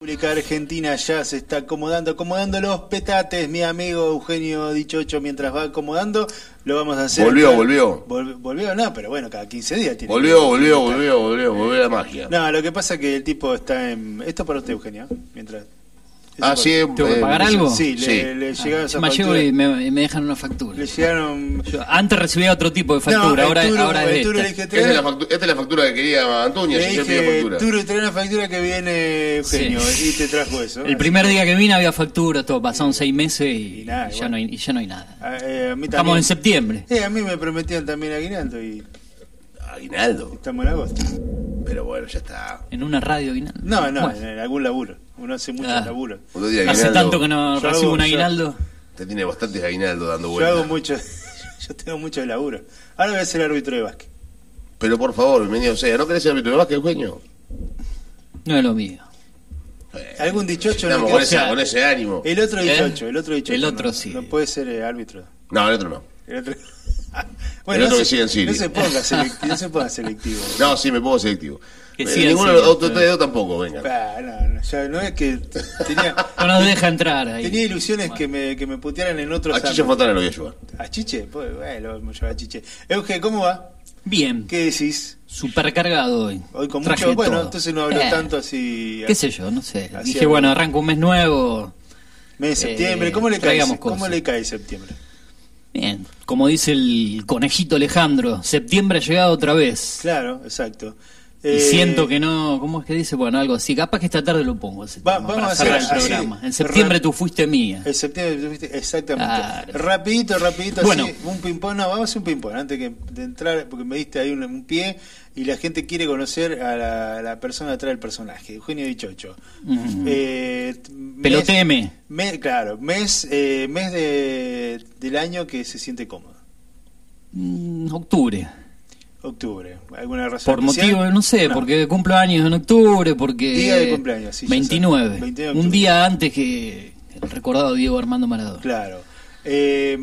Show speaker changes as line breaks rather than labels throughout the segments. República Argentina ya se está acomodando, acomodando los petates, mi amigo Eugenio Dichocho, mientras va acomodando, lo vamos a hacer.
Volvió, volvió.
Vol- volvió, no, pero bueno, cada 15 días tiene.
Volvió,
que-
volvió, volvió, volvió, volvió la magia.
No, lo que pasa es que el tipo está en. Esto es para usted, Eugenio, ¿eh? mientras.
Ah,
Eso
sí,
para-
eh,
pagar algo?
Sí,
sí.
le, le
Ah,
llegaron esas
encima llego
facturas.
y me, y me dejan una factura.
Le llegaron.
Yo antes recibía otro tipo de factura,
No,
ahora,
el Turu-
ahora es
el
de
Turu
esta.
le dije,
Esta es, la
"Trae-
factu- esta es la factura que quería Antonio,
Le
si quería
dije,
factura.
Turu, trae una factura que viene Eugenio.
Sí.
Y te trajo eso.
El primer día que vine había factura, todo, pasaron seis meses y,
Y nada,
y ya,
igual.
no hay, y ya no hay nada.
A, eh, a mí
Estamos
también.
en septiembre.
Eh, a mí me prometían también aguinaldo y
Aguinaldo.
estamos en agosto.
Pero bueno, ya está.
En una radio y nada.
No, eh, no,
Bueno,
en algún laburo. Uno hace muchos
Ah.
laburos.
Otro día
hace
aguinaldo.
tanto que no
Yo
recibo
hago-
un
yo-
aguinaldo.
Te tiene bastantes aguinaldo dando
Yo hago
vueltas.
mucho, yo tengo muchos laburos. Ahora voy a ser árbitro de básquet.
Pero por favor, bienvenido sea. ¿No querés ser árbitro de básquet, Eugenio?
No es lo mío.
Algún dichocho no queda-
Estamos con,
o sea,
ese, con ese ánimo.
El otro
¿Eh?
18, el otro 18.
El otro
no,
sí.
No puede ser eh, árbitro.
No, el otro no.
El otro,
El otro
no se-
que sigue en Siria.
No se ponga selectivo. No se ponga selectivo.
No, sí, me pongo selectivo.
Que
Eh,
sí,
ninguno
sí,
de los otros
sí.
tres dos tampoco, venga.
Pa, Ah, no, no, ya no es que tenía,
No nos deja entrar ahí.
tenía ilusiones que me, que me putearan en otros
A Chicho
ámbitos.
Fontana lo voy a ayudar.
¿A Chiche? Pues, bueno, lo vamos a llevar a Chiche. Euge, ¿cómo va?
Bien,
¿Qué decís?
supercargado hoy.
Hoy con
Traje
mucho... Bueno,
todo.
entonces no hablo
Eh,
tanto así...
Qué sé yo, no sé.
Así
Dije,
algo.
bueno, arranca un mes nuevo.
Mes de septiembre,
Eh,
¿cómo le cae?
traigamos
¿Cómo
cosas.
le cae septiembre?
Bien, como dice el conejito Alejandro, septiembre ha llegado otra vez.
Claro, exacto. Eh,
Y siento que no, ¿cómo es que dice? Bueno, algo así. Capaz que esta tarde lo pongo. ese
Va-
tema,
vamos
para
a hacer
cerrar el
así.
programa. En septiembre
Ra-
tú fuiste mía.
En septiembre, ¿viste? exactamente.
Claro.
Rapidito, rapidito,
Bueno.
así, un ping-pong, no, vamos a hacer un ping-pong, antes que de entrar, porque me diste ahí un, un pie y la gente quiere conocer a la, la persona detrás del personaje, Eugenio Dichocho.
Ujú.
Eh, t- mes-
Peloteme.
mes- claro, mes, eh, mes de- del año que se siente cómodo,
Mm, Octubre.
octubre, alguna razón
Por
especial?
motivo, no sé,
No.
porque cumplo años en octubre, porque...
Día de cumpleaños, sí, ya sé.
29.
29 de
un
octubre.
día antes que el recordado Diego Armando Maradona.
Claro. Eh,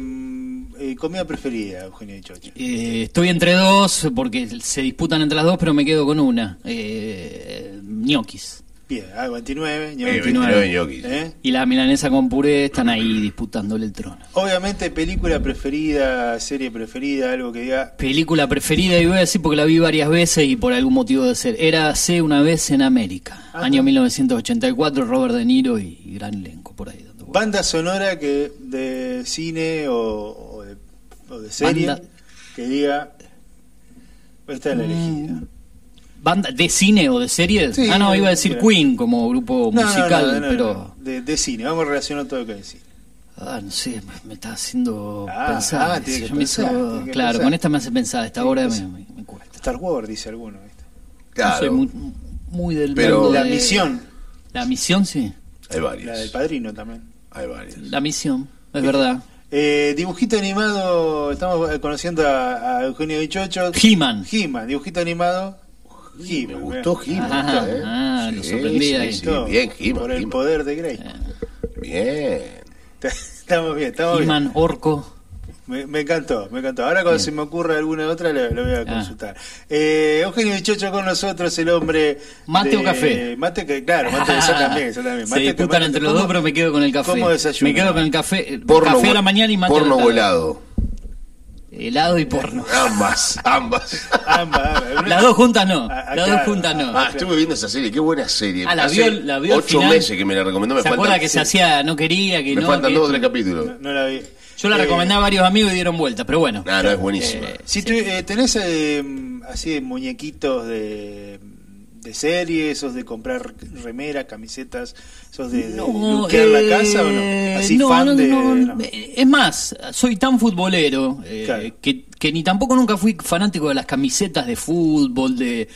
eh, comida preferida, Eugenio Dichocho.
Eh, estoy entre dos, porque se disputan entre las dos, pero me quedo con una. Eh, ñoquis.
Bien, ah, 29,
Eh,
29.
29 ñoquis.
¿eh?
Y la milanesa con puré están ahí disputándole el trono.
Obviamente, película preferida, serie preferida, algo que diga.
Película preferida, y voy a decir porque la vi varias veces y por algún motivo de ser. Era C una vez en América,
Ajá.
año 1984, Robert De Niro y, y gran elenco por ahí. dando vueltas.
Banda sonora que de cine o, o de, o de serie
Banda- Mm,
que diga. Esta es la elegida.
¿Banda de cine o de serie?
Sí,
ah, no, iba a decir
mira.
Queen como grupo
No, no,
musical,
no, no, no,
pero...
no. De, de cine, vamos a relacionar todo lo que es cine.
Ah, no sé, me, me está haciendo
Ah,
pensar.
ah, tiene que
Yo me
pensar,
hizo-
tiene que
claro,
pensar. pues.
con esta me hace pensar, esta
Tiene
hora
que
me,
pensar.
me- me cuesta.
Star Wars, dice alguno. ¿viste?
Yo soy
Claro,
muy, muy del
Pero-
mundo
La
de-
misión,
La misión, sí.
hay
la del
varios.
padrino también.
Hay varios.
La misión, es verdad.
Eh, dibujito animado, estamos eh, conociendo a, a Eugenio Dichocho.
He-Man.
He-Man, dibujito animado. He-Man, ¿eh?
Me
mirá.
gustó Gima.
Ah, ah, lo sorprendí ahí.
Sí,
Todo,
bien, Eh. Gima.
Por el poder de Grey.
Bien.
Estamos bien, estamos bien.
He-Man, Orco.
Me, me encantó, me encantó. Ahora cuando se me ocurra alguna otra lo, lo voy
Ah.
a consultar. Eh, Eugenio Bichocho con nosotros, el hombre...
¿Mate
de-
o café?
Mate, que, claro, mate, eso también, eso también.
Se
Mate,
disputan
mate,
entre los dos,
¿cómo-
pero me quedo con el café.
¿Cómo desayuno?
Me quedo con el café. eh,
Porno,
café a
vo-
la mañana y mate a la
porno
tarde.
volado.
Helado y porno.
Ambas, ambas.
Ambas, ambas.
Las dos juntas no.
Ah, ah,
Las dos
claro.
juntas no.
Ah, estuve viendo esa serie, qué buena serie.
Ah, la
Hace
vio- la vio al
ocho
final.
meses que me la recomendó, me
¿Se acuerda
faltan,
que se hacía, no quería, que
me
no?
faltan
que-
dos o tres capítulos.
No, no la vi.
Yo la
Eh,
recomendé a varios amigos y dieron vuelta, pero bueno.
Ah, no, es buenísima.
Si tu- eh, tenés eh, así de muñequitos de, de serie, esos de comprar remeras, camisetas, esos de, de luquear
eh,
la casa o no? Así
no,
fan
no,
de...
no,
no.
eh, Es más, soy tan futbolero eh,
Claro.
que, que ni tampoco nunca fui fanático de las camisetas de fútbol, de,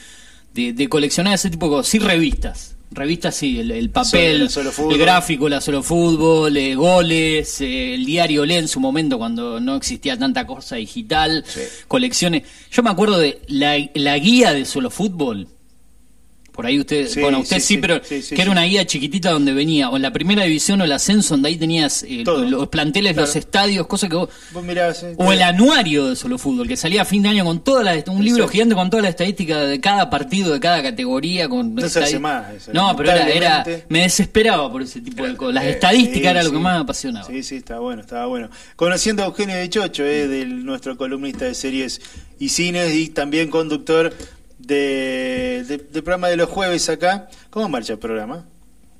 de, de coleccionar ese tipo de cosas. Sí, revistas. Revistas, sí, el, el
Solo-
papel,
la Solo Fútbol.
el gráfico, la solo fútbol, eh, goles, eh, el diario Olé en su momento cuando no existía tanta cosa digital,
Sí.
colecciones. Yo me acuerdo de la, la guía de solo fútbol. Por ahí usted,
Sí,
bueno, usted
sí,
sí,
sí,
pero
sí, sí,
que
sí.
era una guía chiquitita donde venía o la primera división o el ascenso, donde ahí tenías eh,
Todo.
los planteles, los
Claro.
estadios, cosas que vos...
Vos mirás, eh,
O el anuario de Solo Fútbol, que salía a fin de año con todas las, un libro gigante con todas las estadísticas de cada partido, de cada categoría. Con
No se hace
estadi-
más eso,
no, pero era, era-
lamentablemente.
me desesperaba por ese tipo de cosas. Las
Eh,
estadísticas
Sí,
era lo
sí.
que más me apasionaba.
Sí, sí, estaba bueno, estaba bueno. Conociendo a Eugenio de Chocho, eh,
Mm.
del, nuestro columnista de series y cines y también conductor de, de- del programa de los jueves acá. ¿Cómo marcha el programa?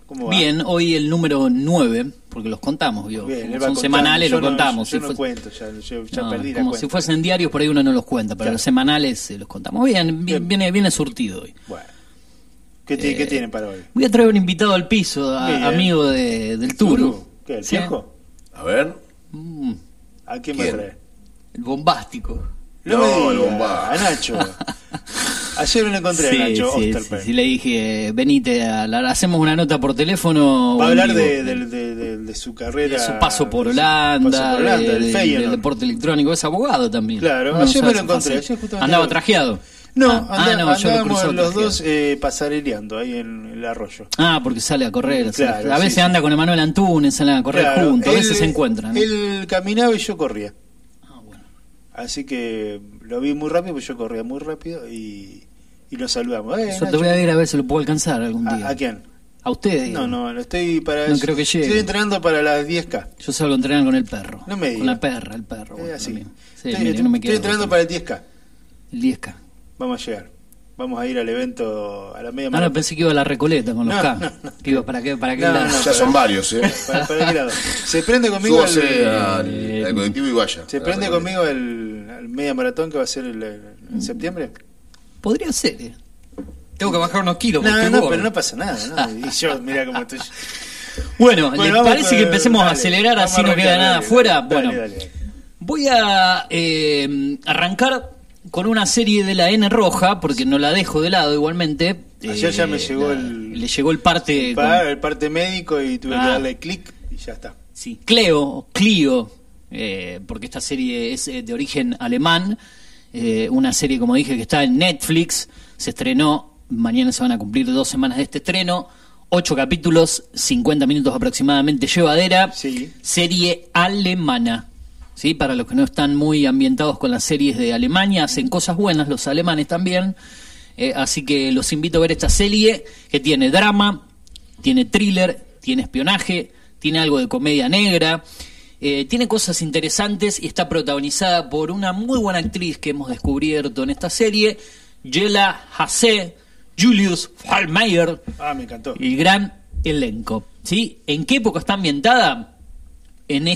¿Cómo va?
Bien, hoy el número 9, porque los contamos, vio.
Bien, él
Como
va
son
contando.
semanales,
Yo
lo
no-
contamos.
Yo,
Si
no
fue-
cuento, ya, yo ya
no,
perdí la
como
cuenta.
si fuesen diarios, por ahí uno no los cuenta, pero
Claro.
los semanales eh, los contamos. Bien, vi-
Bien.
Viene, viene surtido hoy.
Bueno, ¿qué, ti-
Eh,
qué tienen para hoy?
Voy a traer un invitado al piso, a-
Bien.
amigo de- del Turu.
¿Qué, el
Sí.
viejo?
A ver.
Mm,
¿A quién,
¿Quién?
me trae?
el bombástico.
No,
me
el
diga,
bomba.
A Nacho. Ayer lo encontré a Nacho
sí,
Osterberg.
sí, sí, le dije, eh, venite, a la- hacemos una nota por teléfono.
Va a
o en
hablar de,
vivo".
de- de- de- de su carrera.
De su paso por
de su paso
Holanda,
por Holanda,
de-
del
del,
Feyenoord.
deporte electrónico, es abogado también.
Claro,
Uno
ayer
sabe
me lo
si
encontré,
fácil.
ayer justamente
Andaba
lo-
trajeado.
No,
ah,
anda-
ah, no, yo lo
andábamos
cruzaba
los dos
trajeado.
eh, pasareleando ahí en el arroyo.
Ah, porque sale a correr. o sea,
Claro,
a
sí,
veces
sí.
anda con Emanuel Antunes, salen a correr
Claro,
juntos, a veces
él-
se encuentran. ¿no?
Él caminaba y yo corría.
Ah, bueno.
Así que lo vi muy rápido, pues yo corría muy rápido y, y nos saludamos. Eh,
Yo te
Nacho.
voy a ver a ver si lo puedo alcanzar algún
¿A-
día.
¿A, quién?
A ustedes.
No, no, no estoy para
No
eso.
creo que llegue.
Estoy entrenando para las 10K.
Yo salgo a entrenar con el perro.
No me digas.
Con la perra, el perro.
Eh,
bueno,
así.
también. Sí,
estoy
mire, no me
estoy
queda
entrenando
otra.
para el 10K.
El 10K.
Vamos a llegar. Vamos a ir al evento a la media
Ah, no,
maratón.
pensé que iba a la recoleta con los
No,
K.
no, no.
Digo, ¿para qué? ¿Para qué?
No,
la-
no,
Ya son varios, ¿eh?
¿Para, para qué lado? Se prende conmigo
Súbase
el,
al,
Eh,
al colectivo y vaya.
se prende conmigo el, al media maratón que va a ser el, el- en septiembre.
Podría ser, eh. Tengo que bajar unos kilos. porque
No,
estoy
no,
gordo.
pero no pasa nada. ¿no? Y yo, mira cómo estoy.
Bueno,
Bueno,
¿les
vamos
parece
con-
que empecemos a
dale,
acelerar
vamos
así
a
no
arrancar,
queda nada
dale,
afuera?
dale,
bueno,
dale.
voy a eh, arrancar con una serie de la N roja, porque no la dejo de lado igualmente. Eh,
Ayer ya me llegó
la-
el-
Le llegó el parte...
El,
con-
par- el parte médico y tuve que
Ah.
darle clic y ya está.
Sí, Cleo, Clio, eh, porque esta serie es eh, de origen alemán, eh, una serie, como dije, que está en Netflix, se estrenó, mañana se van a cumplir dos semanas de este estreno, ocho capítulos, 50 minutos aproximadamente, llevadera,
Sí.
serie alemana. ¿Sí? Para los que no están muy ambientados con las series de Alemania, hacen cosas buenas los alemanes también. Eh, así que los invito a ver esta serie que tiene drama, tiene thriller, tiene espionaje, tiene algo de comedia negra, eh, tiene cosas interesantes y está protagonizada por una muy buena actriz que hemos descubierto en esta serie, Jela Hase, Julius Fallmeyer
Ah, me encantó.
el gran elenco. ¿sí? ¿En qué época está ambientada? En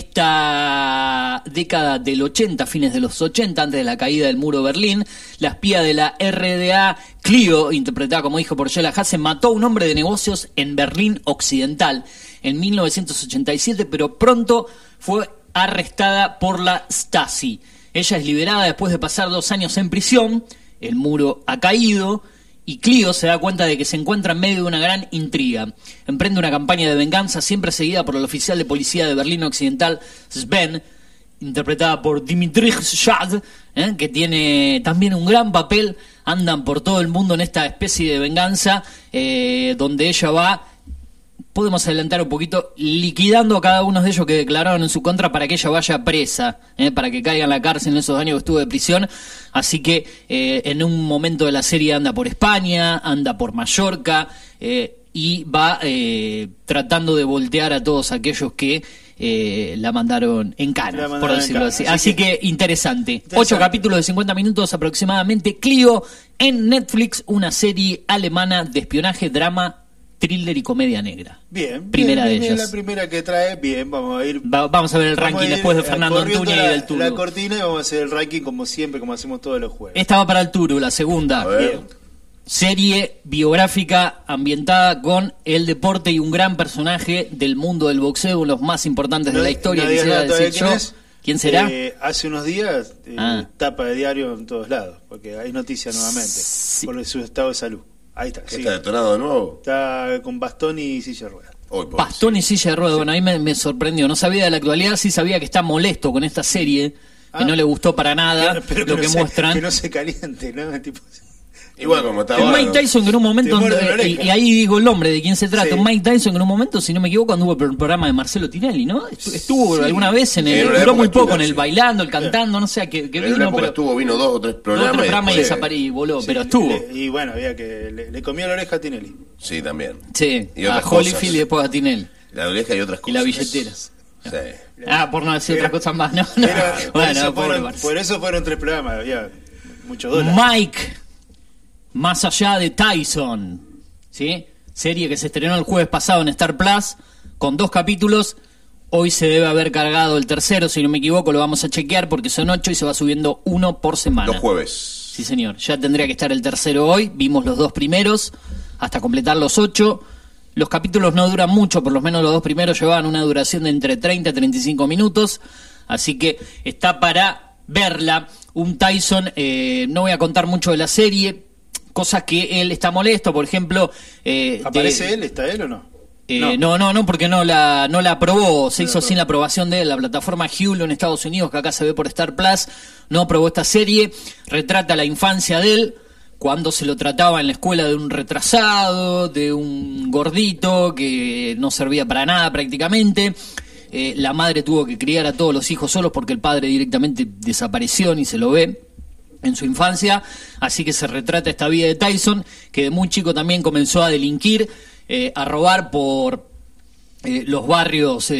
esta década del 80, fines de los 80, antes de la caída del muro de Berlín, la espía de la RDA Clio, interpretada como hijo por Jella Hasse, mató a un hombre de negocios en Berlín Occidental en 1987, pero pronto fue arrestada por la Stasi. Ella es liberada después de pasar dos años en prisión, el muro ha caído, y Clio se da cuenta de que se encuentra en medio de una gran intriga. Emprende una campaña de venganza siempre seguida por el oficial de policía de Berlín Occidental, Sven, interpretada por Dimitri Schad, ¿eh? que tiene también un gran papel. Andan por todo el mundo en esta especie de venganza eh, donde ella va podemos adelantar un poquito, liquidando a cada uno de ellos que declararon en su contra para que ella vaya presa, ¿eh? para que caiga en la cárcel en esos años que estuvo de prisión. Así que eh, en un momento de la serie anda por España, anda por Mallorca eh, y va eh, tratando de voltear a todos aquellos que eh, la mandaron en cara,
La mandaron
por
en
decirlo
cara,
así.
así
Así
que-
que, interesante.
Interesante.
Ocho capítulos de 50 minutos aproximadamente. Clio en Netflix, una serie alemana de espionaje, drama, thriller y comedia negra.
Bien.
Primera
bien,
de
bien,
ellas.
La primera que trae, bien, vamos a ir.
Va- vamos a ver el
vamos a
ranking
ir,
después de
eh,
Fernando
corriendo
Antuña
la-
y del
La
Turo.
cortina y vamos a hacer el ranking como siempre, como hacemos todos los jueves.
Esta va para el Turo, la segunda.
A ver.
Serie biográfica ambientada con el deporte y un gran personaje del mundo del boxeo, uno de los más importantes de
No-
la historia,
no digas
quisiera
nada todavía
decir yo.
quién
¿Quién,
es.
será?
Eh, hace unos días, eh,
Ah.
tapa de diario en todos lados, porque hay noticias nuevamente, por su estado de salud. Ahí está,
¿Qué
sí.
está detonado de nuevo?
Está con bastón y silla de ruedas.
Hoy, por
Bastón y silla de ruedas, bueno, ahí me, me sorprendió. No sabía de la actualidad, sí sabía que está molesto con esta serie,
Ah.
que no le gustó para nada
Pero
Ah, lo
no
que
se-
muestran.
Que no se caliente, ¿no? Tipo,
Y bueno, como está
Un
ahora,
Mike
¿no?
Tyson que en un momento,
Te muerde la
y,
oreja.
y ahí digo el nombre de quién se trata,
Sí.
un Mike Tyson que en un momento, si no me equivoco, anduvo por el programa de Marcelo Tinelli, ¿no? Estu- Estuvo
Sí.
alguna vez en
Sí,
el,
en una
duró
época
muy poco
estuvo,
en el
sí.
bailando, el cantando, no sé a qué, qué
En una
vino,
época
pero
estuvo, vino dos o tres programas.
otro programa y
después-
desaparí, voló, pero
Sí,
estuvo.
le- y bueno, había que. Le, le comió la oreja a Tinelli.
Sí, también.
sí,
y
a
otras
Holyfield
cosas.
y después a Tinelli.
La oreja y otras cosas.
Y la billetera.
Sí.
Ah, por no decir
Era-
otras cosas más, ¿no? no.
Era- por,
bueno,
eso
pobre
fueron,
Marcelo.
por eso fueron tres programas, había muchos dólares.
Mike, más allá de Tyson, ¿sí? Serie que se estrenó el jueves pasado en Star Plus, con dos capítulos. Hoy se debe haber cargado el tercero, si no me equivoco, lo vamos a chequear porque son ocho y se va subiendo uno por semana.
Los jueves.
Ah. Sí, señor. Ya tendría que estar el tercero hoy. Vimos los dos primeros hasta completar los ocho. Los capítulos no duran mucho, por lo menos los dos primeros llevaban una duración de entre 30 y 35 minutos. Así que está para verla. Un Tyson, eh, no voy a contar mucho de la serie, cosas que él está molesto, por ejemplo. eh, de-
¿Aparece él? ¿Está él o no?
eh, no. no, no, porque no la, no la aprobó, se
No la
hizo sin la aprobación de él. la plataforma Hulu en Estados Unidos, que acá se ve por Star Plus, no aprobó esta serie, retrata la infancia de él, cuando se lo trataba en la escuela de un retrasado, de un gordito que no servía para nada prácticamente. Eh, la madre tuvo que criar a todos los hijos solos porque el padre directamente desapareció ni se lo ve en su infancia, así que se retrata esta vida de Tyson, que de muy chico también comenzó a delinquir, eh, a robar por eh, los barrios, eh,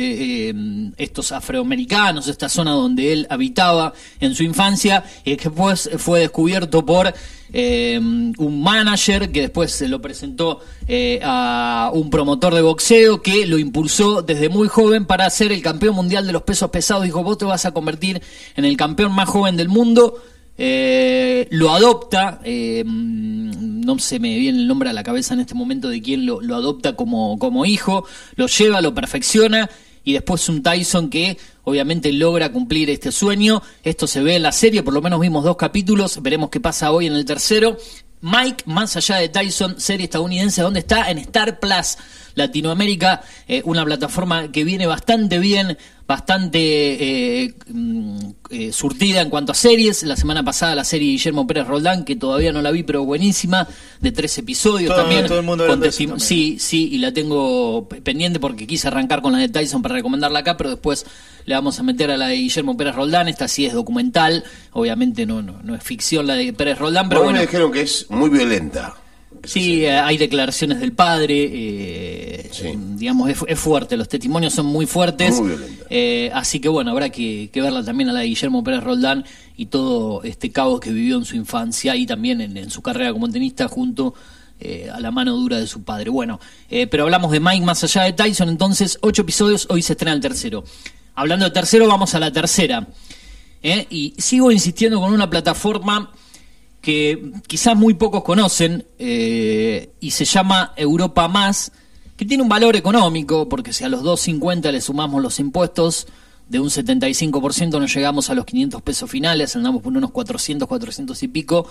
eh, estos afroamericanos, esta zona donde él habitaba en su infancia, y que después fue descubierto por eh, un manager que después se lo presentó eh, a un promotor de boxeo que lo impulsó desde muy joven para ser el campeón mundial de los pesos pesados. Dijo, vos te vas a convertir en el campeón más joven del mundo. Eh, lo adopta, eh, mm, no se me viene el nombre a la cabeza en este momento de quien lo, lo adopta como, como hijo, lo lleva, lo perfecciona y después un Tyson que obviamente logra cumplir este sueño. Esto se ve en la serie, por lo menos vimos dos capítulos, veremos qué pasa hoy en el tercero. Mike, más allá de Tyson, serie estadounidense, ¿dónde está? En Star Plus Latinoamérica, eh, una plataforma que viene bastante bien, bastante eh, mm, eh, surtida en cuanto a series. La semana pasada la serie Guillermo Pérez Roldán, que todavía no la vi, pero buenísima, de tres episodios
Todo-
también.
todo el mundo
con
hablando de eso
testi-
también.
Sí, Sí, sí, y la tengo p- pendiente porque quise arrancar con la de Tyson para recomendarla acá, pero después le vamos a meter a la de Guillermo Pérez Roldán. Esta sí es documental, obviamente no, no, no es ficción la de Pérez Roldán, pero
Por ahí
bueno,
me dijeron que es muy violenta.
sí, eh, hay declaraciones del padre, eh,
Sí.
digamos, es, fu- es fuerte, los testimonios son muy fuertes.
Muy violenta.
eh, así que bueno, habrá que, que verla también a la de Guillermo Pérez Roldán y todo este caos que vivió en su infancia y también en, en su carrera como tenista junto eh, a la mano dura de su padre. Bueno, eh, pero hablamos de Mike más allá de Tyson, entonces ocho episodios, hoy se estrena el tercero. Hablando de tercero, vamos a la tercera. ¿eh? Y sigo insistiendo con una plataforma que quizás muy pocos conocen eh, y se llama Europa Más, que tiene un valor económico, porque si a los 2.50 le sumamos los impuestos, de un 75% no llegamos a los 500 pesos finales, andamos por unos 400, 400 y pico,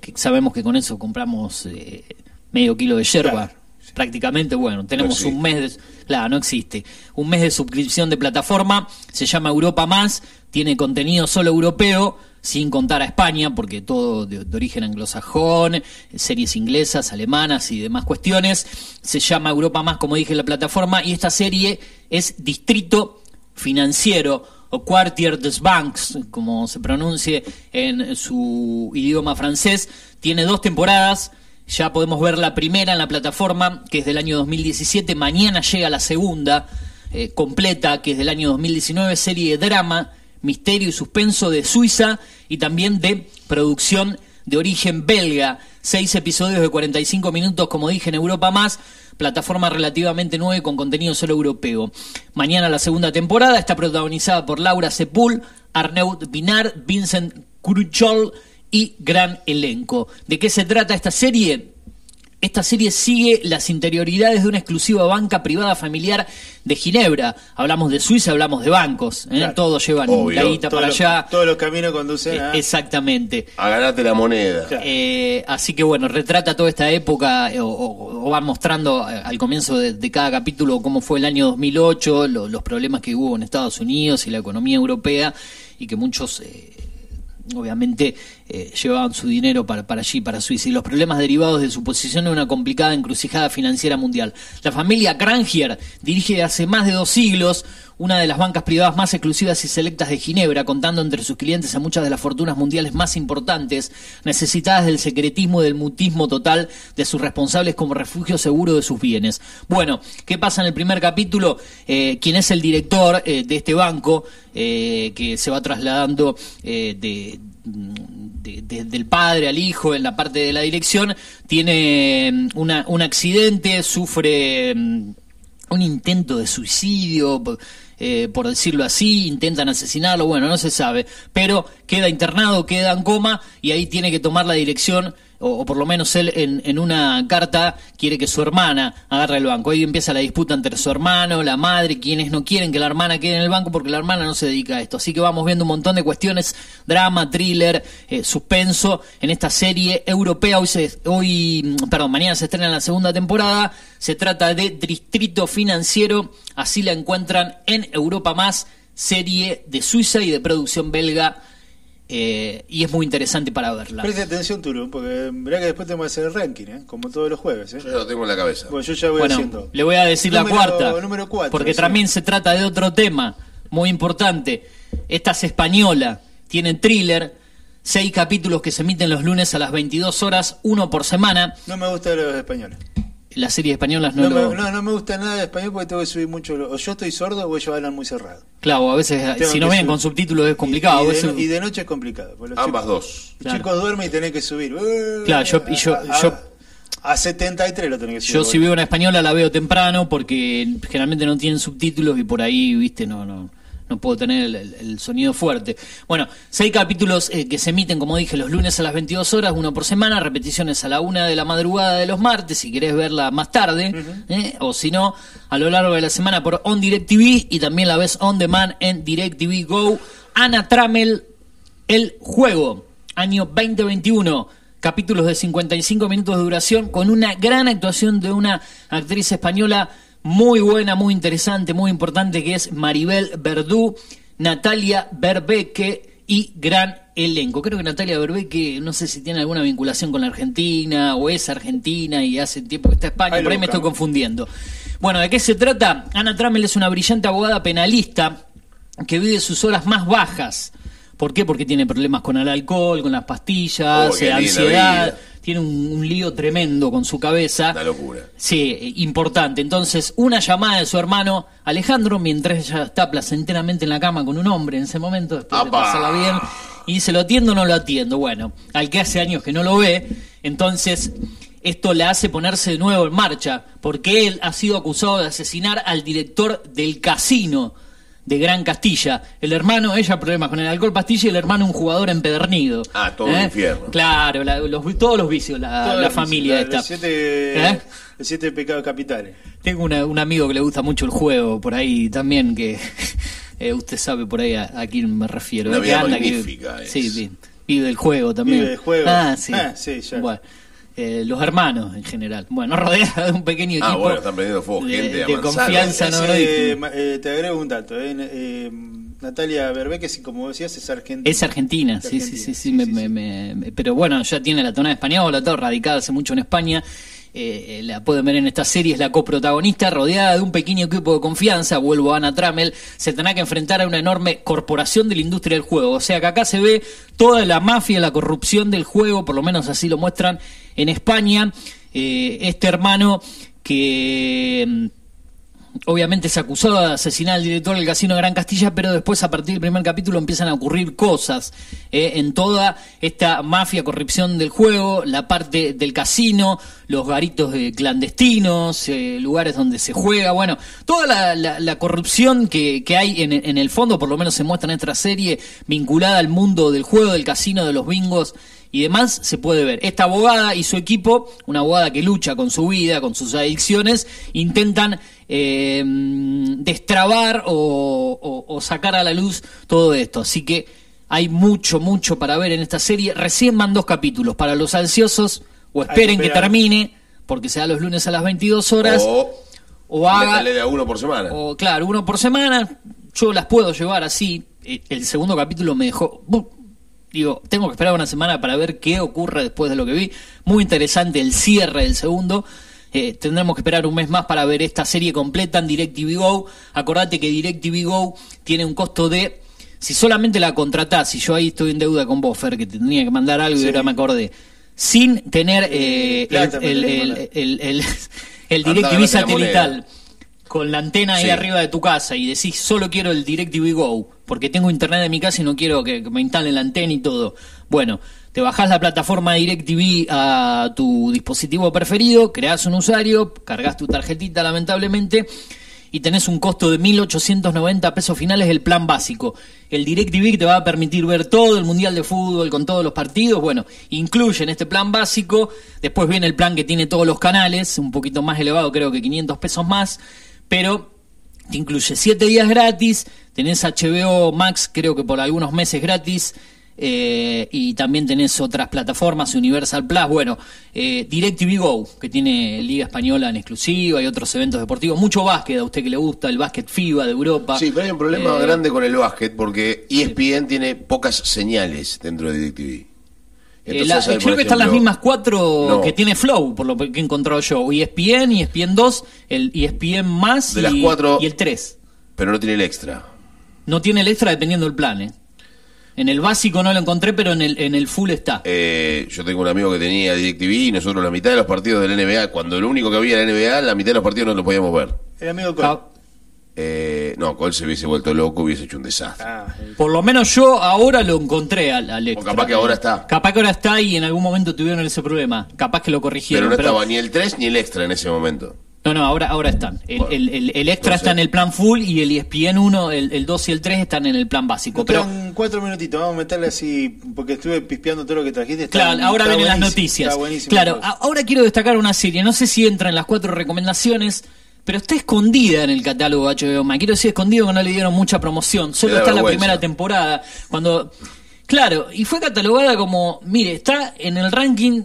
que sabemos que con eso compramos eh, medio kilo de yerba.
Claro,
Prácticamente, bueno, tenemos
existe.
un mes mes de- claro, no existe. Un mes de suscripción de plataforma, se llama Europa Más, tiene contenido solo europeo, sin contar a España, porque todo de, de origen anglosajón, series inglesas, alemanas y demás cuestiones. Se llama Europa Más, como dije, la plataforma, y esta serie es Distrito Financiero o Quartier des Banks, como se pronuncie en su idioma francés, tiene dos temporadas. Ya podemos ver la primera en la plataforma, que es del año 2017. Mañana llega la segunda, eh, completa, que es del año 2019, serie de drama, misterio y suspenso de Suiza y también de producción de origen belga. Seis episodios de 45 minutos, como dije, en Europa más. Plataforma relativamente nueva y con contenido solo europeo. Mañana la segunda temporada está protagonizada por Laura Sepul, Arnaud Pinar, Vincent Cruchol y gran elenco. ¿De qué se trata esta serie? Esta serie sigue las interioridades de una exclusiva banca privada familiar de Ginebra. Hablamos de Suiza, hablamos de bancos. ¿eh?
Claro.
Todos llevan
Obvio.
la guita
Todos
para
los-
allá.
Todos los caminos conducen a.
Eh, Exactamente.
A ganarte la moneda.
Claro.
Eh, así que bueno, retrata toda esta época eh, o, o- o va mostrando eh, al comienzo de, de cada capítulo cómo fue el año 2008, lo- los problemas que hubo en Estados Unidos y la economía europea y que muchos eh, obviamente eh, llevaban su dinero para, para allí, para Suiza, y los problemas derivados de su posición en una complicada encrucijada financiera mundial. La familia Grangier dirige hace más de dos siglos una de las bancas privadas más exclusivas y selectas de Ginebra, contando entre sus clientes a muchas de las fortunas mundiales más importantes, necesitadas del secretismo y del mutismo total de sus responsables como refugio seguro de sus bienes. Bueno, ¿qué pasa en el primer capítulo? Eh, ¿Quién es el director eh, de este banco eh, que se va trasladando eh, de de- de- del padre al hijo en la parte de la dirección, tiene mm, una- un accidente, sufre mm, un intento de suicidio, p- eh, por decirlo así, intentan asesinarlo, bueno, no se sabe, pero queda internado, queda en coma y ahí tiene que tomar la dirección. O, o por lo menos él en, en una carta quiere que su hermana agarre el banco. Ahí empieza la disputa entre su hermano, la madre, quienes no quieren que la hermana quede en el banco porque la hermana no se dedica a esto. Así que vamos viendo un montón de cuestiones, drama, thriller, eh, suspenso en esta serie europea. Hoy, se- hoy, mm, perdón, mañana se estrena la segunda temporada. Se trata de Distrito Financiero. Así la encuentran en Europa Más, serie de Suiza y de producción belga. eh, y es muy interesante para verla.
Preste atención, Turo, porque verá que después tenemos que hacer el ranking, ¿eh? como todos los jueves. ¿eh?
Yo ya lo tengo en la cabeza.
Bueno, yo ya voy
Bueno,
haciendo.
le voy a decir
Número-
la cuarta.
número cuatro,
porque
sí.
también se trata de otro tema muy importante. Esta es española, tiene thriller, seis capítulos que se emiten los lunes a las 22 horas, uno por semana.
No me gustan los españoles.
Las series españolas no,
No,
lo...
me, no, no me gusta nada de español porque tengo que subir mucho. lo- O yo estoy sordo o ellos hablan muy cerrado.
Claro, a veces
Tengo
si no
que
vienen
subir.
con subtítulos es complicado.
Y,
a
de,
veces-
y de noche es complicado. porque los
Ambas
chicos-
dos.
Los chicos
Claro.
duermen y tenés que subir.
Claro, yo- y yo-
A- a,
yo-
a 73 lo tenés que subir.
Yo
vos.
si veo una española la veo temprano porque generalmente no tienen subtítulos y por ahí, viste, no, no, no puedo tener el, el- el sonido fuerte. Bueno, seis capítulos eh, que se emiten, como dije, los lunes a las 22 horas, uno por semana, repeticiones a la una de la madrugada de los martes, si querés verla más tarde, ¿eh? o si no, a lo largo de la semana por On DirecTV y también la ves on demand en DirecTV Go. Ana Trammell, el juego, año 2021, capítulos de 55 minutos de duración, con una gran actuación de una actriz española muy buena, muy interesante, muy importante, que es Maribel Verdú, Natalia Berbeque y gran elenco. Creo que Natalia Berbeque, no sé si tiene alguna vinculación con la Argentina o es argentina y hace tiempo que está en España,
Ahí lo
por ahí me estoy
buscamos.
confundiendo. Bueno, ¿de qué se trata? Ana Trammell es una brillante abogada penalista que vive sus horas más bajas. ¿Por qué? Porque tiene problemas con el alcohol, con las pastillas,
Oh, qué
eh,
linda
ansiedad,
vida.
tiene un, un lío tremendo con su cabeza.
Una locura.
Sí, eh, importante. Entonces, una llamada de su hermano Alejandro, mientras ella está placenteramente en la cama con un hombre en ese momento, después de
¡Apa!
pasarla bien, y dice, ¿lo atiendo o no lo atiendo? Bueno, al que hace años que no lo ve, entonces esto le hace ponerse de nuevo en marcha, porque él ha sido acusado de asesinar al director del casino de Gran Castilla. El hermano, ella problemas con el alcohol pastilla y el hermano un jugador empedernido. ¿Eh?
Ah, todo un infierno.
Claro, la- los- todos los vicios, la,
Todas
la
las-
familia
las-
esta.
Los siete,
¿Eh?
los siete pecados capitales.
Tengo una- un amigo que le gusta mucho el juego por ahí también, que eh, usted sabe por ahí a, a quién me refiero.
Una
¿eh? que
vida
que-
magnífica es.
sí, vi- vive el juego también.
Vive el juego.
Ah, sí.
Ah, sí, ya.
Bueno, eh, los hermanos en general. Bueno, rodeada de un pequeño
Ah,
equipo
bueno, están prendiendo fuego,
de,
gente a
de
mansalva.
confianza.
Ese,
¿no? Y-
ma- eh, te agrego un dato. eh, eh, Natalia Berbeque, si como decías, es argentina.
Es argentina, sí, sí, sí, sí, me- me- me- me- pero bueno, ya tiene la tonada española, todo radicada hace mucho en España. eh, eh, la pueden ver en esta serie, es la coprotagonista, rodeada de un pequeño equipo de confianza, vuelvo a Ana Trammell, se tendrá que enfrentar a una enorme corporación de la industria del juego. O sea que acá se ve toda la mafia, la corrupción del juego, por lo menos así lo muestran en España. Eh, este hermano que... mm, Obviamente se acusó de asesinar al director del Casino Gran Castilla, pero después a partir del primer capítulo empiezan a ocurrir cosas eh, en toda esta mafia corrupción del juego, la parte del casino, los garitos eh, clandestinos, eh, lugares donde se juega, bueno, toda la, la- la corrupción que, que hay en, en el fondo, por lo menos se muestra en esta serie, vinculada al mundo del juego, del casino, de los bingos y demás se puede ver. Esta abogada y su equipo, una abogada que lucha con su vida, con sus adicciones, intentan eh, destrabar o, o- o sacar a la luz todo esto. Así que hay mucho, mucho para ver en esta serie. Recién van dos capítulos. Para los ansiosos, o
que
esperen que,
esperar. Oh,
termine, porque sea los lunes a las 22 horas, o,
O,
haga...
métale a uno por semana.
O claro, uno por semana, yo las puedo llevar así. Eh, El segundo capítulo me dejó. bu- digo, tengo que esperar una semana para ver qué ocurre después de lo que vi. Muy interesante el cierre del segundo. Eh, tendremos que esperar un mes más para ver esta serie completa en DirecTV Go. Acordate que DirecTV Go tiene un costo de. Si solamente la contratás, si yo ahí estoy en deuda con vos, Fer, que te tenía que mandar algo y
Sí.
ahora me acordé. Sin tener eh,
plata me
el,
tenés que
el,
mandar.
el- el- el
Andá,
DirecTV
ganate la
satelital
moneda.
con la antena ahí
Sí.
arriba de tu casa y decís solo quiero el DirecTV Go porque tengo internet en mi casa y no quiero que que me instalen la antena y todo. Bueno, te bajás la plataforma DirecTV a tu dispositivo preferido, creás un usuario, cargas tu tarjetita lamentablemente y tenés un costo de 1.890 pesos finales el plan básico. El DirecTV que te va a permitir ver todo el Mundial de Fútbol con todos los partidos. Bueno, incluye en este plan básico. Después viene el plan que tiene todos los canales, un poquito más elevado, creo que 500 pesos más. Pero te incluye 7 días gratis. Tenés HBO Max, creo que por algunos meses gratis. eh, y también tenés otras plataformas, Universal Plus, bueno, eh, DirecTV Go, que tiene Liga Española en exclusiva y otros eventos deportivos, mucho básquet, a usted que le gusta, el básquet FIBA de Europa.
Sí, pero hay un problema
Eh,
grande con el básquet porque E ESPN tiene pocas señales dentro de DirecTV.
Eh, la-
Entonces, hay, por
creo que están
ejemplo,
las mismas cuatro
No.
que tiene Flow, por lo que he encontrado yo. E ESPN, ESPN 2, el E ESPN más
De
y,
las cuatro-
y el 3.
Pero no tiene el extra.
No tiene el extra dependiendo del plan, ¿eh? En el básico no lo encontré, pero en el, en el full está.
Eh, yo tengo un amigo que tenía DirecTV y nosotros la mitad de los partidos del NBA, cuando lo único que había en la NBA, la mitad de los partidos no lo podíamos ver.
El amigo Col.
Ah,
Eh, no, Cole se hubiese vuelto loco, hubiese hecho un desastre.
Ah, el-
Por lo menos yo ahora lo encontré al, al extra.
capaz que ahora está.
Capaz que ahora está y en algún momento tuvieron ese problema. Capaz que lo
pero
corrigieron.
no
pero-
estaba ni el 3 ni el extra en ese momento.
No, no, ahora, ahora están. El,
Bueno,
el- el- el extra
entonces-
está en el plan full y el E ESPN 1, el, el 2 y el 3 están en el plan básico.
Nos
Pero
quedan cuatro minutitos, vamos a meterle así, porque estuve pispeando todo lo que trajiste. está-
Claro, ahora
está
vienen las
buenísimo,
noticias.
está buenísimo.
Claro, ah, a- ahora quiero destacar una serie. No sé si entra en las cuatro recomendaciones, pero está escondida en el catálogo HBO Max. Quiero decir escondido que no le dieron mucha promoción. Solo
Me da
está la
vergüenza.
primera temporada. Cuando. Claro, y fue catalogada como, mire, está en el ranking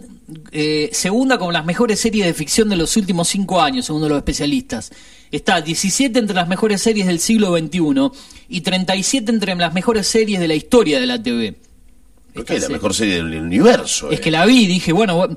eh, segunda con las mejores series de ficción de los últimos cinco años, según los especialistas. Está 17 entre las mejores series del siglo XXI y 37 entre las mejores series de la historia de la TV.
Porque es la
Esta
mejor serie del universo.
es
eh.
que la vi y dije, bueno, voy-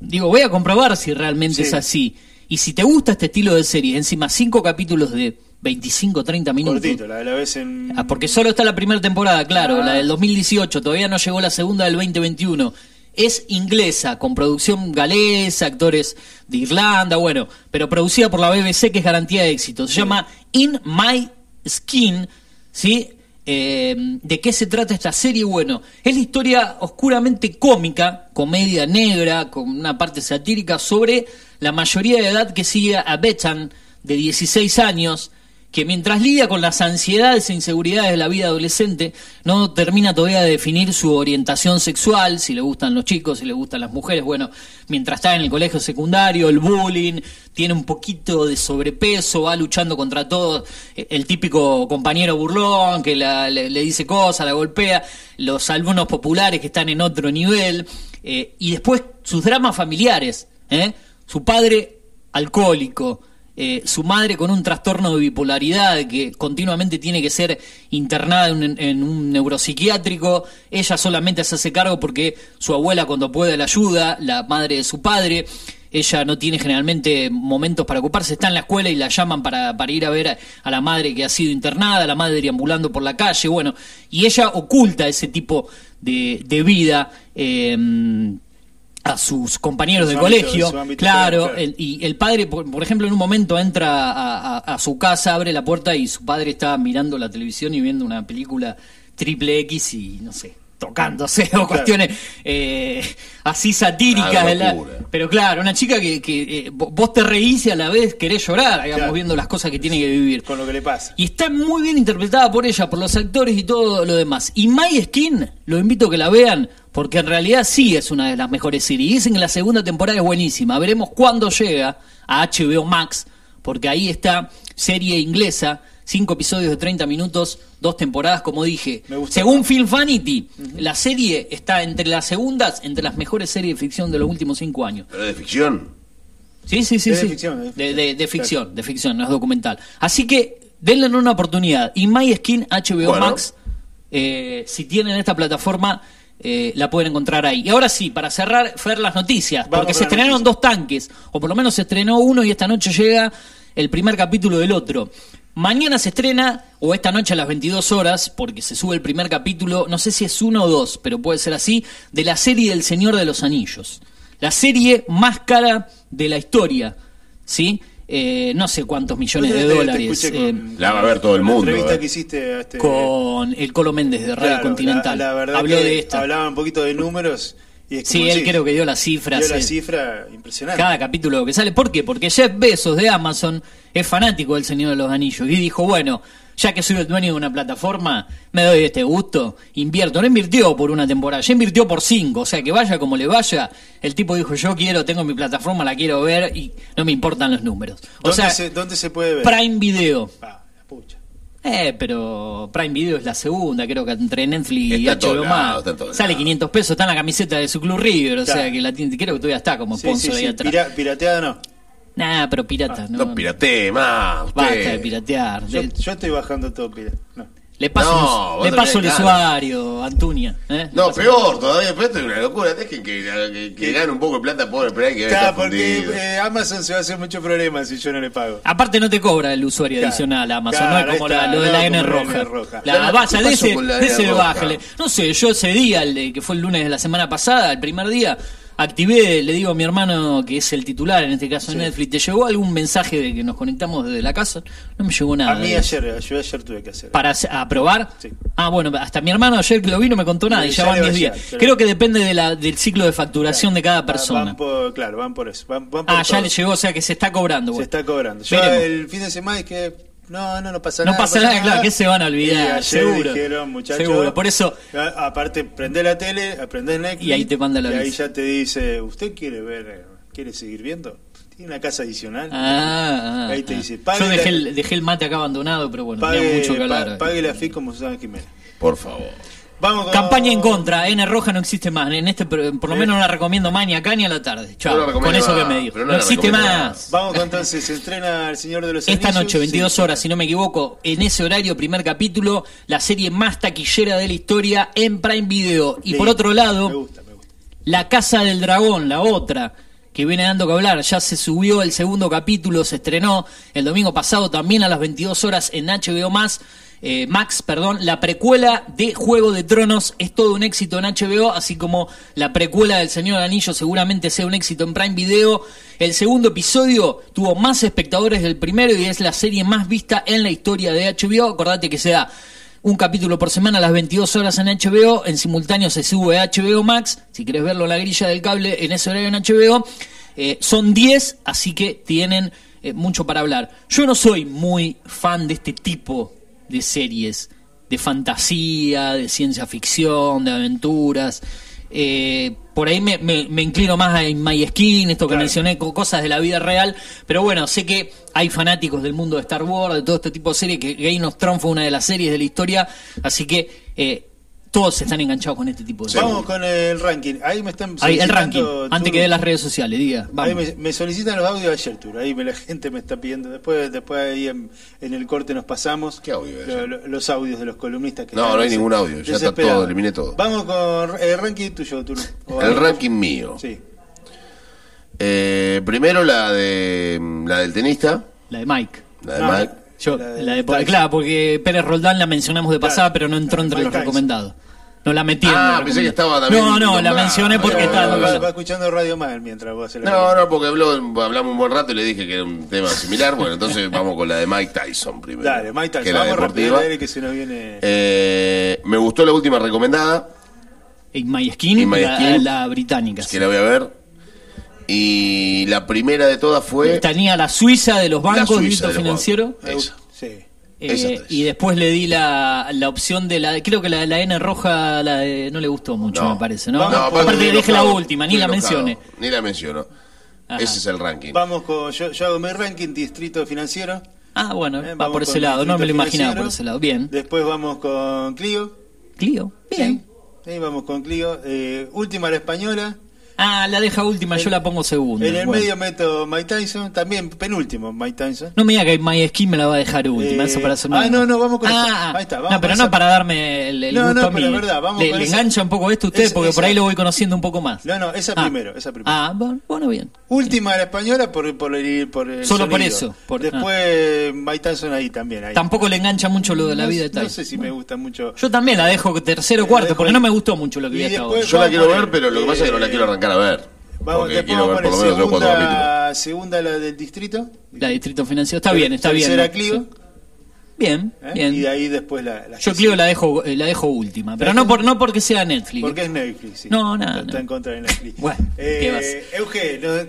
digo, voy a comprobar si realmente
Sí.
es así. Y si te gusta este estilo de serie, encima cinco capítulos de 25, 30 minutos.
Cortito, la de la vez en.
Ah, porque solo está la primera temporada, claro, la del 2018, todavía no llegó la segunda del 2021. Es inglesa, con producción galesa, actores de Irlanda, bueno, pero producida por la BBC que es garantía de éxito. Se llama In My Skin, ¿sí? Eh, ¿De qué se trata esta serie? Bueno, es la historia oscuramente cómica, comedia negra, con una parte satírica sobre la mayoría de edad que sigue a Bethan, de 16 años, que mientras lidia con las ansiedades e inseguridades de la vida adolescente, no termina todavía de definir su orientación sexual, si le gustan los chicos, si le gustan las mujeres, bueno, mientras está en el colegio secundario, el bullying, tiene un poquito de sobrepeso, va luchando contra todo, eh, el típico compañero burlón que la- le, le dice cosas, la golpea, los alumnos populares que están en otro nivel, eh, y después sus dramas familiares, ¿eh? su padre alcohólico, eh, su madre con un trastorno de bipolaridad que continuamente tiene que ser internada en, un- en un neuropsiquiátrico, ella solamente se hace cargo porque su abuela cuando puede la ayuda, la madre de su padre, ella no tiene generalmente momentos para ocuparse, está en la escuela y la llaman para, para ir a ver a, a la madre que ha sido internada, la madre deambulando por la calle, bueno, y ella oculta ese tipo de, de vida. eh, a sus compañeros
En
del
su ámbito-
colegio,
en su ámbito
claro,
escolar, claro.
el- y el padre, por, por ejemplo, en un momento entra a, a- a su casa, abre la puerta y su padre está mirando la televisión y viendo una película triple X y no sé, tocándose o cuestiones eh, así satíricas.
Algo
de la-
locura.
pero claro, una chica que, que, eh, vo- vos te reís y a la vez querés llorar, digamos,
Claro.
viendo las cosas que tiene que vivir.
Con lo que le pasa.
Y está muy bien interpretada por ella, por los actores y todo lo demás. Y My Skin, lo invito a que la vean, porque en realidad sí es una de las mejores series. Y Dicen que la segunda temporada es buenísima. Veremos cuándo llega a HBO Max, porque ahí está serie inglesa, cinco episodios de 30 minutos, dos temporadas, como dije.
Me gusta.
Según Film Vanity, la serie está entre las segundas, entre las mejores series de ficción de los últimos cinco años.
Pero de ficción.
Sí, sí, sí.
Es de
sí.
ficción, es de
De,
ficción.
de- de ficción, de ficción, no es documental. Así que denle una oportunidad. Y My Skin HBO
Bueno.
Max Eh, si tienen esta plataforma, eh, la pueden encontrar ahí. Y ahora sí, para cerrar, Fer, las noticias.
Vamos
porque
con
se
las
estrenaron
noticias.
dos tanques, o por lo menos se estrenó uno y esta noche llega el primer capítulo del otro. Mañana se estrena, o esta noche a las 22 horas, porque se sube el primer capítulo, no sé si es uno o dos, pero puede ser así, de la serie del Señor de los Anillos. La serie más cara de la historia, ¿sí? Eh, no sé cuántos millones
Yo
de
te- te
dólares.
escuché
eh,
con
La va a ver todo el
la
mundo,
entrevista
eh.
que hiciste a este-
con el Colo Méndez de Radio
Claro,
Continental.
la- la verdad
Habló
que
de esto.
Hablaba un poquito de números. Y es
Sí,
como,
él creo que dio las cifras.
dio la
eh,
cifra impresionante.
cada capítulo que sale. ¿Por qué? Porque Jeff Bezos de Amazon es fanático del Señor de los Anillos y dijo, bueno, ya que soy el dueño de una plataforma, me doy este gusto, invierto. No invirtió por una temporada, ya invirtió por cinco. O sea, que vaya como le vaya, el tipo dijo, yo quiero, tengo mi plataforma, la quiero ver y no me importan los números. O
¿Dónde,
sea,
se, dónde se puede ver?
Prime Video.
Pa, la pucha.
Eh, pero Prime Video es la segunda, creo que entre Netflix y
Está en todos
HBO
lados,
más.
está en todos
Sale
lados.
500 pesos, está en la camiseta de su club River, o
Claro.
sea que la tiene, creo que todavía está como
Sí,
sponsor
sí,
ahí
sí.
atrás.
Pira- pirateada no.
Nah, pero pirata, no.
No, piratee más. Usted.
Basta de piratear.
Ah, Yo,
Le,
yo estoy bajando todo pirata. No.
le paso,
No,
un-
vos
le
tenés
paso el
ganas.
usuario, Antunia. ¿eh?
No, peor todavía, pero esto es una locura. Dejen que, que, que gane un poco de plata, pobre, pero hay que ver.
Claro,
está
porque
fundido.
eh, Amazon se va a hacer mucho problema si yo no le pago.
Aparte no te cobra el usuario
Claro.
adicional Amazon,
Claro,
no es como
ahí está,
la- lo de
no,
la
como
N
la N
roja.
roja.
La
¿Qué
vaya de
pasó
ese,
con la
de
N
ese
roja?
bájale. No sé, yo ese día, el de- que fue el lunes de la semana pasada, el primer día, activé, le digo a mi hermano, que es el titular en este caso de Netflix, ¿te llegó algún mensaje de que nos conectamos desde la casa? No me llegó nada.
A mí
de eso.
ayer, yo ayer tuve que hacer.
para hacer- aprobar.
Sí.
Ah, bueno, hasta mi hermano ayer que lo vi no me contó nada y
Sí,
ya
ya
van
le va
10
a
días.
llegar, ya le
Creo
va.
que depende de la, del ciclo de facturación de cada
Va-
persona.
Van por, claro, van por eso. Van, van por
Ah, ya
todo.
le llegó, o sea que se está cobrando.
Se
bueno.
está cobrando. Yo
Veremos.
el fin de semana es que no, no, no pasa
No
nada.
pasa nada, claro, que se van a olvidar,
Y ayer
seguro.
dijeron, muchachos.
Seguro, por eso-
A- Aparte, prende la tele, aprendés Netflix.
Y ahí te manda la
Y ahí
aviso.
ya te dice, ¿usted quiere ver, eh, quiere seguir viendo? Tiene una casa adicional.
Ah, ah,
ahí te
ah.
dice,
Yo
pague
dejé
la-
el, dejé el mate acá abandonado, pero bueno, tenía
Pague,
mucho que hablar.
pa- pague la FI como Susana Jiménez.
Por favor.
Vamos con-
Campaña en contra, N roja no existe más. En este, pro-
Eh.
por lo menos no la recomiendo más ni acá ni a la tarde. Chao,
No la recomiendo
con eso
más,
que me dijo.
pero
No,
no la
existe
recomiendo
más.
Vamos con entonces, se estrena El Señor de los
Esta
Anillos,
noche, 22
sí.
horas, si no me equivoco, en ese horario, primer capítulo, la serie más taquillera de la historia en Prime Video. Y por
Sí,
otro lado,
Me gusta, me gusta.
La Casa del Dragón, la otra, que viene dando que hablar, ya se subió el segundo capítulo, se estrenó el domingo pasado también a las 22 horas en HBO Más. eh, Max, perdón, la precuela de Juego de Tronos es todo un éxito en HBO, así como la precuela del Señor del Anillo seguramente sea un éxito en Prime Video. El segundo episodio tuvo más espectadores del primero y es la serie más vista en la historia de HBO. Acordate que se da un capítulo por semana a las 22 horas en HBO. En simultáneo se sube a HBO Max. Si querés verlo en la grilla del cable, en ese horario en HBO. Eh, son 10, así que tienen eh, mucho para hablar. Yo no soy muy fan de este tipo de series. De fantasía, de ciencia ficción, de aventuras. Eh, por ahí me, me- me inclino más a In My Skin, esto que
Claro.
mencioné mencioné co- cosas de la vida real, pero bueno, sé que hay fanáticos del mundo de Star Wars, de todo este tipo de series, que Game of Thrones fue una de las series de la historia, así que eh, todos están enganchados con este tipo de series.
Vamos con el ranking. Ahí me están
Ahí, el
solicitando,
ranking, antes
Turu.
que de las redes sociales, diga.
Ahí
vamos.
me, me solicitan los audios ayer, Turu. Ahí me, la gente me está pidiendo. Después después ahí en, en el corte nos pasamos.
¿Qué audio de
Lo-
ayer?
lo- los audios de los columnistas que
No,
están
no hay
des-
ningún audio. Ya está
desesperados.
todo, eliminé todo.
Vamos con el ranking tuyo, Turu. O
El
algo.
ranking mío.
Sí.
Eh, primero la de la del tenista,
La de Mike.
la de
No,
Mike.
Yo,
La
la
de-
de, claro, porque Pérez Roldán la mencionamos de
Claro,
pasada, pero no entró
claro,
entre
Mike
los
Tyson.
recomendados. No la metí. en
Ah,
los
pensé que estaba
recomendados.
también
No, no, la
nombrada.
mencioné porque
No,
estaba.
no,
va,
no.
va escuchando Radio Mal mientras vos haces la
No,
columna.
no, porque habló, hablamos un buen rato y le dije que era un tema similar. Bueno, entonces vamos con la de Mike Tyson primero.
Dale, Mike
que
Tyson.
es la
Vamos rápido
deportiva.
al aire que se nos viene.
Eh, me gustó la última recomendada,
In My Skin,
In My
la,
Skin.
la británica.
que la voy a ver. Y la primera de todas fue.
Tenía la Suiza de los bancos,
Suiza
grito
de los
financiero.
bancos.
Me gusta.
esa.
Sí.
Esas
Eh,
tres.
y después le di la, la opción de la. Creo que la de la N roja la de- no le gustó mucho,
No.
me parece, ¿no?
Vamos por-
aparte
Aparte,
estoy
dejé la
enojado,
última, ni
estoy
la
enojado,
mencioné.
Ni la menciono.
Ajá.
Ese es el ranking.
Vamos con. Yo, yo hago mi ranking, Distrito Financiero.
Ah, bueno,
Eh,
va
vamos
por ese
con
lado, no me lo
Distrito
imaginaba
Financiero.
por ese lado. Bien.
Después vamos con Clio.
Clio, bien.
Ahí vamos con Clio. Eh, última la española.
Ah, la deja última, yo la pongo segunda.
En el
Bueno.
medio meto Mike Tyson, también penúltimo Mike Tyson.
No me diga que My Skin me la va a dejar última,
Eh,
eso para hacerme.
ah, no, no, vamos con
ah,
esa. Ahí está, vamos
no, pero
con
no
esa.
para darme el, el
No,
gusto
no,
a mí.
pero es verdad, vamos
le,
con
le
esa.
engancha un poco esto a usted,
Esa-
porque por
esa.
ahí lo voy conociendo un poco más.
No, no, esa
Ah.
primero, esa primero.
Ah, bu- bueno, bien.
Última la española por, por el, por el
Solo por
sonido.
eso, por- ah.
Después Mike Tyson ahí también. Ahí.
Tampoco le engancha mucho lo de la
No-
vida de
No
Tyson.
sé si me gusta mucho.
Yo también la dejo tercero o
La
cuarto,
dejo
porque
ahí.
no me gustó mucho lo que vi
Y
hasta
después-
ahora.
Yo la
vamos
quiero
por
ver,
el-
pero lo que pasa es que no la quiero arrancar a ver.
Vamos,
Porque
después
quiero
vamos por
ver por
el
lo menos tres o cuatro capítulos.
segunda, segunda la del distrito.
La de Distrito Financiero está bien, está bien.
Tercera Clio.
Bien,
¿eh?
bien.
Y de ahí después la. la
Yo
que
Clio
sigue.
la dejo, eh, la dejo última, pero
¿La
no
dejo?
por no porque sea Netflix.
Porque es Netflix. sí.
No, nada,
Está
no.
en contra de Netflix.
Bueno,
Eh,
¿qué vas?
Euge, ¿no?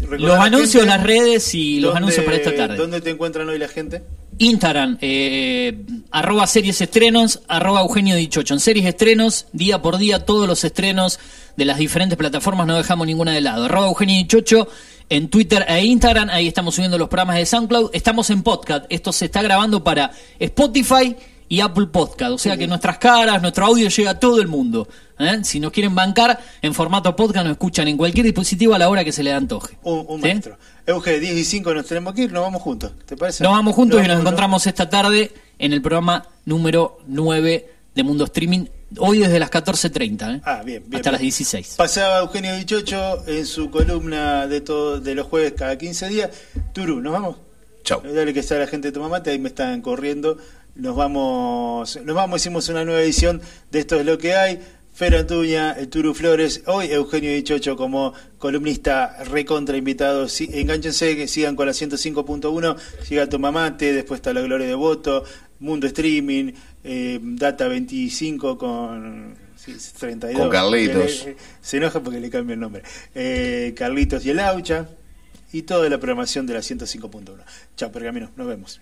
recordá
los
a la
anuncios,
gente
las redes y los
dónde-
anuncios para esta tarde.
¿Dónde te encuentran hoy la gente?
Instagram, eh, arroba series estrenos, arroba Eugenio Dichocho. En series estrenos, día por día, todos los estrenos de las diferentes plataformas, no dejamos ninguna de lado. Arroba Eugenio Dichocho en Twitter e Instagram, ahí estamos subiendo los programas de SoundCloud. Estamos en podcast, esto se está grabando para Spotify y Apple Podcast, o sea que nuestras caras, nuestro audio llega a todo el mundo. ¿eh? Si nos quieren bancar en formato podcast, nos escuchan en cualquier dispositivo a la hora que se les antoje.
Un, un
¿Sí?
maestro. Euge, 10 y 5 nos tenemos que ir, nos vamos juntos. ¿Te parece?
Nos vamos juntos y nos
vamos,
encontramos esta tarde en el programa número 9 de Mundo Streaming, hoy desde las 14.30, ¿eh?
Ah, bien, bien,
hasta
bien.
las 16.
Pasaba Eugenio Dichocho en su columna de todo, de los jueves cada 15 días. Turu, ¿nos vamos?
Chau.
Dale que está la gente de Tomamate, ahí me están corriendo. Nos vamos, nos vamos, hicimos una nueva edición de Esto es lo que hay. Fer Antuña, el Turu Flores, hoy Eugenio Dichocho como columnista recontra invitado. Sí, engánchense, que sigan con la 105.1, siga Tomamate, después está la Gloria de Voto, Mundo Streaming, eh, Data 25 con sí, 32.
Con Carlitos.
Que le- se enoja porque le cambio el nombre. Eh, Carlitos y el Aucha y toda la programación de la 105.1. Chao, pergamino, nos vemos.